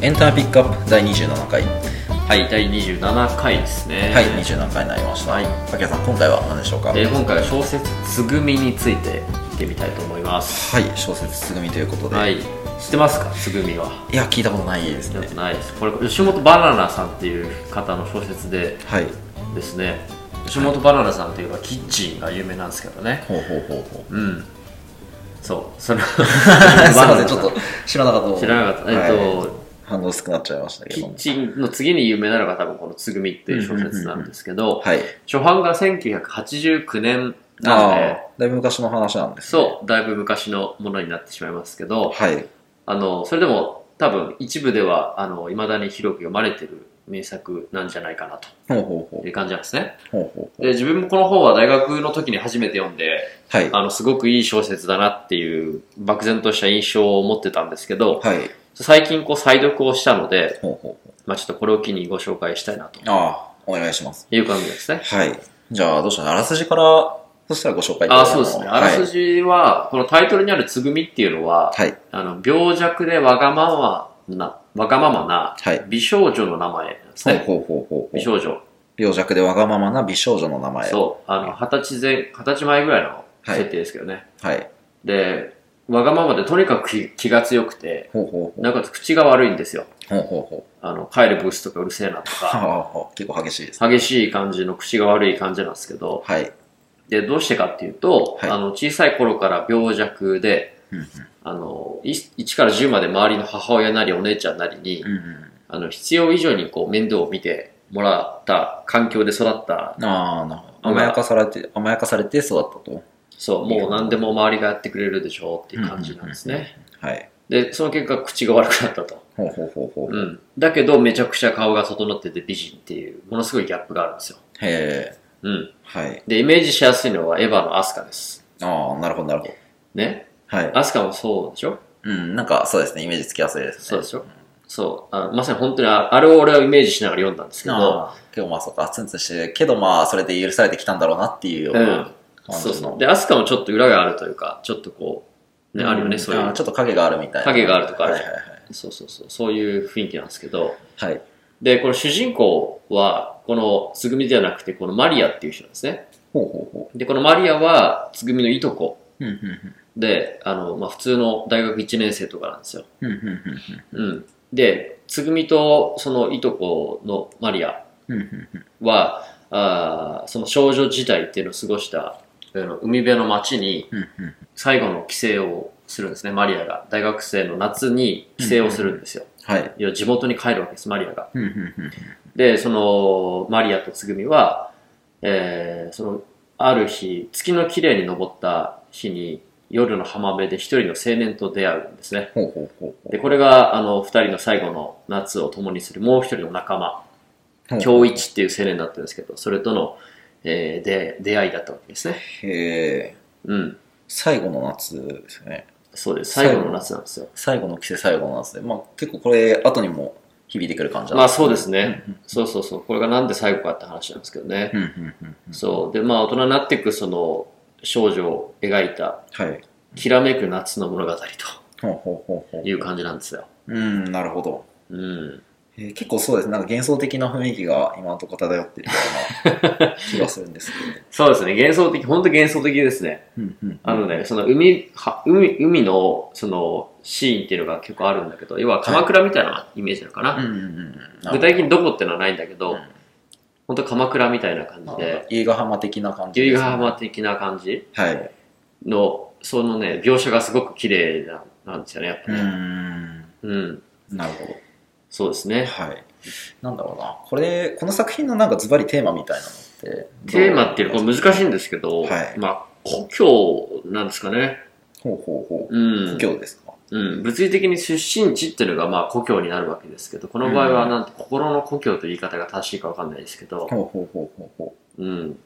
エンターピックアップ第27回ははい、第27回ですね。い27回になりましたはい竹谷さん今回は何でしょうかえー今回は小説「つぐみ」について見てみたいと思います。はい小説「つぐみ」ということで、、はいい、知ってますかつぐみは。や聞いたことないですねないです。これ吉本バナナさんっていう方の小説ではいですね。吉本バナナさんといえばキッチンが有名なんですけどね。ほうほう ほうほううん。そう、 そのすいませんちちょょっっとと知らなかった知らなかった。えっと、はい反応薄くなっちゃいましたけキどッチンの次に有名なのが多分この「つぐみ」っていう小説なんですけど、はい初版が1989年なのあで、あだいぶ昔の話なんですねそう、だいぶ昔のものになってしまいますけど、はいあの、それでも多分一部では、あの、未だに広く読まれてる名作なんじゃないかなとほうほうほいう感じなんですね。うほうほうで、自分もこの本は大学の時に初めて読んで、はいあの、すごくいい小説だなっていう、漠然とした印象を持ってたんですけど、はい最近こう再読をしたので、ほうほうほうまあちょっとこれを機にご紹介したいなとああお願いしますいう感じですね。はいじゃあどうしようあらすじからそしたらご紹介いただあ、きまそうですね。あらすじは、このタイトルにあるつぐみっていうのは、はいあの、病弱でわがままな、わがままなはい美少女の名前なんですほうね。ほうほうほう美少女。病弱でわがままな美少女の名前。そう。あの、二十歳前、二十歳前ぐらいの設定ですけどね。はい。で、わがままでとにかく気気が強くて、ほうほうほう。なおかつ口が悪いんですよ。ほうほうほう。あの、帰るブースとかうるせえなとは か、あはあ結構激しいです。激しい感じの口が悪い感じなんですけど、はい。で、どうしてかっていうと、はいあの、小さい頃から病弱で、うんうんあの、い1から10まで周りの母親なりお姉ちゃんなりに、うんうんあの、必要以上にこう面倒を見てもらった環境で育った、ああ、なるほど。あま甘あやかされて、甘やかされて育ったと。そう、もう何でも周りがやってくれるでしょうっていう感じなんですね。はい。で、その結果口が悪くなったと。ほうほうほうほう。うへん。だけどめちゃくちゃ顔が整ってて美人っていう、ものすごいギャップがあるんですよ。え。うん。はい。で、イメージしやすいのはエヴァのアスカです。ああ、なるほど、なるほど。ね。はい。アスカもそうでしょうん、なんかそうですね、イメージつきやすいですね。そうでしょそう。あのまさに本当にああれを俺はイメージしながら読んだんですけど、ああ、けどまあそうか、ツンツンしてるけどまあそれで許されてきたんだろうなっていうようう。なん感そうじそう。の。で、アスカもちょっと裏があるというか、ちょっとこう、ね、あるよね、んそういうああちょっと影があるみたいな。影があるとかあるはいはいはい。そうそうそう、そういう雰囲気なんですけど、はい。で、この主人公は、このつぐみではなくて、このマリアっていう人なんですね。ほうほうほで、このマリアは、つぐみのいとこう。うん、うん、で、あの、まあ、普通の大学1年生とかなんですよ。うん。うん、うん、うん。うん。で、つぐみとそのいとこのマリアうんうんうんは、あーその少女時代っていうのを過ごした、あの海辺の町にうんうん最後の帰省をするんですね、マリアが。大学生の夏に帰省をするんですよ。はい。要は地元に帰るわけです、マリアが。うんうんうんで、その、マリアとつぐみは、えーその、ある日、月の綺麗に昇った日に、夜の浜辺で一人の青年と出会うんですね。ほうほうほうほで、これが、あの、二人の最後の夏を共にするもう一人の仲間、う。京一っていう青年だったんですけど、それとの、えーで、出会いだったわけですね。へーうん。最後の夏ですね。そうです。最後の夏なんですよ。最後の季節最後の夏で。まあ結構これ、後にも響いてくる感じまあなんそうですね。うんそうそうそう。これがなんで最後かって話なんですけどね。うんうんうんうんそう。で、まあ大人になっていく、その、少女を描いたはい。きらめく夏の物語とほうほうほうほいう感じなんですよ。う。うん、なるほど。うん。えー結構そうです。なんか幻想的な雰囲気が今のところ漂っているような気がするんですけど。そうですね。幻想的、本当幻想的ですね。うんうんあのね、その海、は海、海の、その、シーンっていうのが結構あるんだけど、要は鎌倉みたいなイメージなのかな。うんうんうんうん。具体的にどこってのはないんだけうど、ん本当鎌倉みたいな感じなんかで、由比ヶ浜的な感じ由です比ね。ヶ浜的な感じはい。の、そのね、描写がすごく綺麗ななんですよね、やっぱうーね。ん。うん。なるほど。そうですね。はい。なんだろうな。これ、この作品のなんかズバリテーマみたいなのって。テーマっていうのはこれ難しいい。んですけど、はいまあ、故郷なんですかね。ほうほうほう。うん。故郷ですか。うん、物理的に出身地っていうのがまあ故郷になるわけですけど、この場合はうんなんて心の故郷という言い方が正しいかわかんないですけほど、うほうほうほうほうん。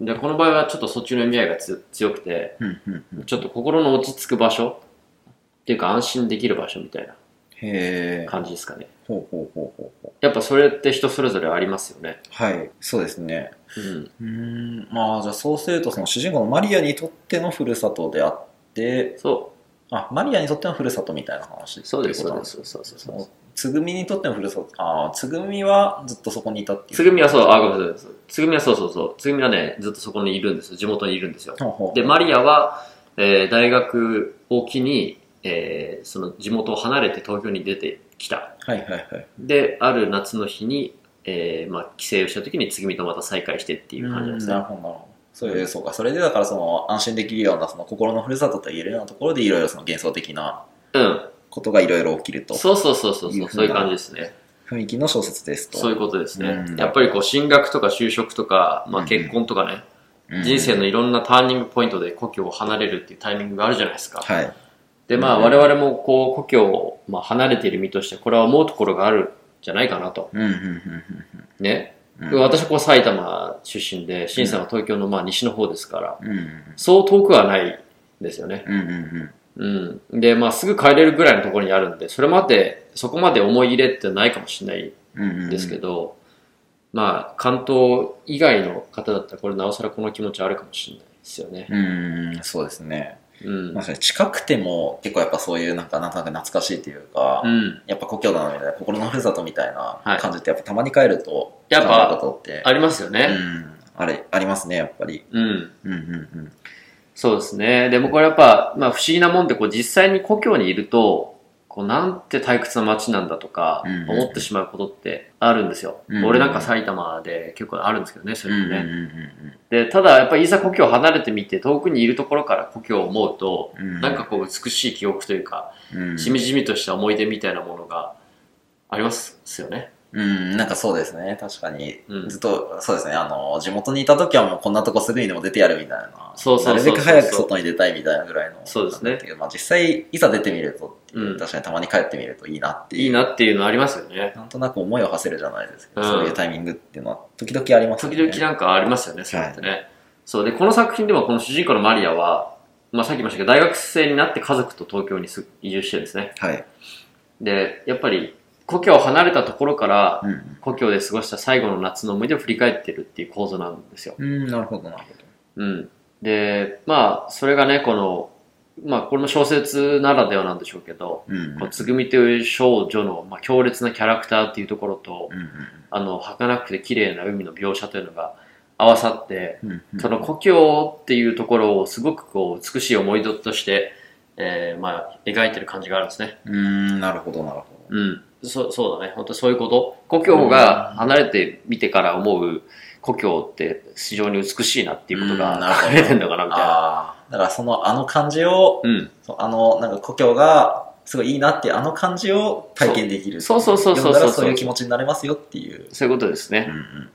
で、この場合はちょっとそっちの意味合いがつ強くて、う。うんうんうん。ちょっと心の落ち着く場所っていうか安心できる場所みたいなへえ。感じですかね。ほうほうほうほうほう。やっぱそれって人それぞれありますよね。はい。そうですね。うん。うーん。まあ、じゃあそうすると、その主人公のマリアにとってのふるさとであって、そあ、マリアにとってのふるさとみたいな話そうでっていす、そうことなんで。す、そうそうそう。つぐみにとってのふるさと、ああ、つぐみはずっとそこにいたっていう。つぐみはそう、あ、ごめんなさい。つぐみはそうそうそう。つぐみはね、ずっとそこにいるんですよ。地元にいるんですよ。ほうほうで、マリアは、えー大学を機に、えーその地元を離れて東京に出てきた。はいはいはい。で、ある夏の日に、えーまあ、帰省をした時に、つぐみとまた再会してっていう感じなんですなるね。ほど、なるほど。そういう、そうか。それでだから、その、安心できるような、その、心のふるさとと言えるようなところで、いろいろその幻想的なうん。ことがいろいろ起きると。そうそうそうそういそふううう。なそういう感じですね。雰囲気の小説ですと。そういうことですねう。んやっぱりこう、進学とか就職とか、まうあ、ん結婚とかね、うん人生のいろんなターニングポイントで故郷を離れるっていうタイミングがあるじゃないですか。はい。で、まあ、うん我々もこう、故郷を、まあ、離れている身として、これは思うところがあるんじゃないかなと。うん、うん、ね。うん、うん。私はこう、埼玉出身で、新さんは東京のまあ、西の方ですから、うん、うん、そう遠くはないんですよね。うん、うんうん。で、まあ、すぐ帰れるぐらいのところにあるんで、それもあって、そこまで思い入れってないかもしれないうん、うんうんん。ですけど、まあ、関東以外の方だったら、これなおさらこの気持ちあるかもしれないですよね。うん、そうですね。うんまあ。それ近くても、結構やっぱそういう、なんか、なんとなく懐かしいというか、うん。やっぱ故郷だなみたいな、心のふるさとみたいなはい感じって、やっぱたまに帰ると、やっぱ感じることって、ありますようね。ん、あれ、ありますね、やっぱり。うんうん、うん、そうですね。でもこれやっぱ、まあ不思議なもんで、こう実際に故郷にいると、こうなんて退屈な街なんだとかうんうん、思ってしまうことってあるんですよ。うんうん俺なんか埼玉で結構あるんですけどね、そううん。、いううんのね。うで、ただやっぱりいざ故郷を離れてみて、遠くにいるところから故郷を思うと、ん、うん。なんかこう美しい記憶というか、うん、しみじみとした思い出みたいなものがありますよね。うん、なんかそうですね、確かに。うんずっと、そうですね、あの、地元にいた時はもうこんなとこすぐにでも出てやるみたいな。そうそうそうそうなるべく早く外に出たいみたいなぐらいの。そうですねなんだけどまあ実際、いざ出てみると、うん確かにたまに帰ってみるといいなっていう。いいなっていうのありますよね。なんとなく思いを馳せるじゃないですけど、うんそういうタイミングっていうのは、時々ありますよ時ね。々なんかありますよね、そうやってね。そう、で、この作品でもこの主人公のマリアは、まあさっき言いましたけど、大学生になって家族と東京にす移住してるんですね。はい。で、やっぱり、故郷を離れたところから、うん。故郷で過ごした最後の夏の思い出を振り返ってるっていう構造なんですよ。うん、なるほど、なるほど。うん。で、まあ、それがね、この、まあ、この小説ならではなんでしょうけど、うんうん。こうつぐみという少女の、まあ、強烈なキャラクターっていうところと、うんあの、儚くて綺麗な海の描写というのが合わさって、うんうん。その故郷っていうところをすごくこう美しい思い出として、えーまあ、描いてる感じがあるんですね。うん、なるほど、なるほど。うん。そそうだね。本当そういうこと。故郷が離れてみてから思う故郷って非常に美しいなっていうことうんがなるほど書かれてんだかなみたいな。ああ。だからその、あの感じを、うん。そうあの、なんか故郷が、すごいいいなっていう、あの感じを体験できる。そうそうそうそうそう読んだらそういう気持ちになれますよっていう。そういうことですうんうね。ん。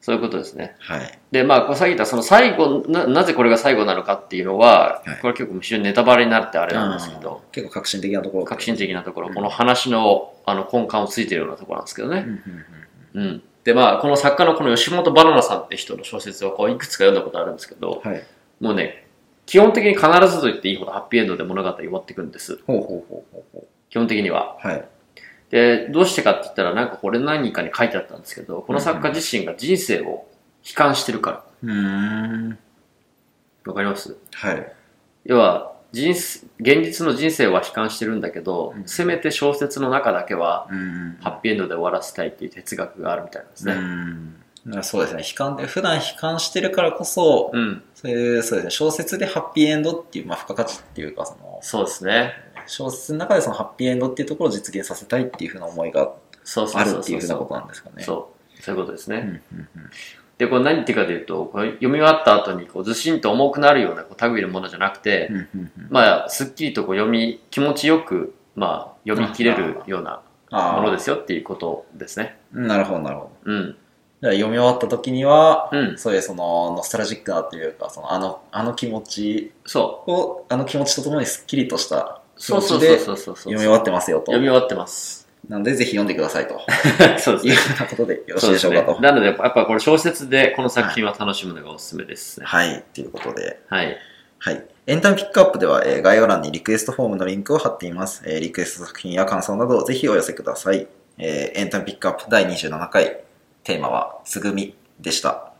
そういうことですね。はい。で、まあ、こうさっき言ったその最後な、なぜこれが最後なのかっていうのは、はいこれ結構非常にネタバレになるってあれなんですけど、うん結構革新的なところ。革新的なとこうろ、んこの話のあの根幹をついてるようなところなんですけどね。うんうんうん。うん。で、まあ、この作家のこの吉本バナナさんって人の小説をこういくつか読んだことあるんですけど、はい。もうね、基本的に必ずと言っていいほどハッピーエンドで物語終わっていくんです。ほうほうほうほうほ基本的には。う。はい。で、どうしてかって言ったら、なんかこれ何かに書いてあったんですけど、この作家自身が人生を悲観してるから。うーん。わかりますはい。要は、人生、現実の人生は悲観してるんだけどう、んせめて小説の中だけは、うん。ハッピーエンドで終わらせたいっていう哲学があるみたいなんですうね。ん。そうですね。悲観で、普段悲観してるからこそ、うん。そういう、そうですね。小説でハッピーエンドっていう、まあ、付加価値っていうか、その、そうですね。小説の中でそのハッピーエンドっていうところを実現させたいっていうふうな思いがそうそうあそるうそう。っていうふうなことなんですかね。う。そう。そういうことですね。んうんで、これ何言っていうかというと、これ読み終わった後にこうずしんと重くなるようなこう類のものじゃなくてう、んうんうんうんまあ、すっきりとこう読み、気持ちよく、まあ、読み切れるようなもあのあですよっていうことですね。なるほど、なるほど。うん。じゃあ読み終わった時には、うん。そういうその、ノスタルジックなっていうか、その、あの、あの気持ちそを、あの気持ちとともにスッキリとしたう。気そ持うそちうそうでそうそうそう。読み終わってますよと読。み終わっ てます。なので、ぜひ読んでくださいとそうですいうね。ようなことでよろしそいうででしすょうねかと。。なので、やっぱやっぱこれ小説でこの作品は楽しむのがおすすめですね。はい、ということで。はい。はい。エンタメピックアップでは、えー概要欄にリクエストフォームのリンクを貼っています。えーリクエスト作品や感想など、ぜひお寄せください。えーエンタメピックアップ第27回、テーマは、つぐみでした。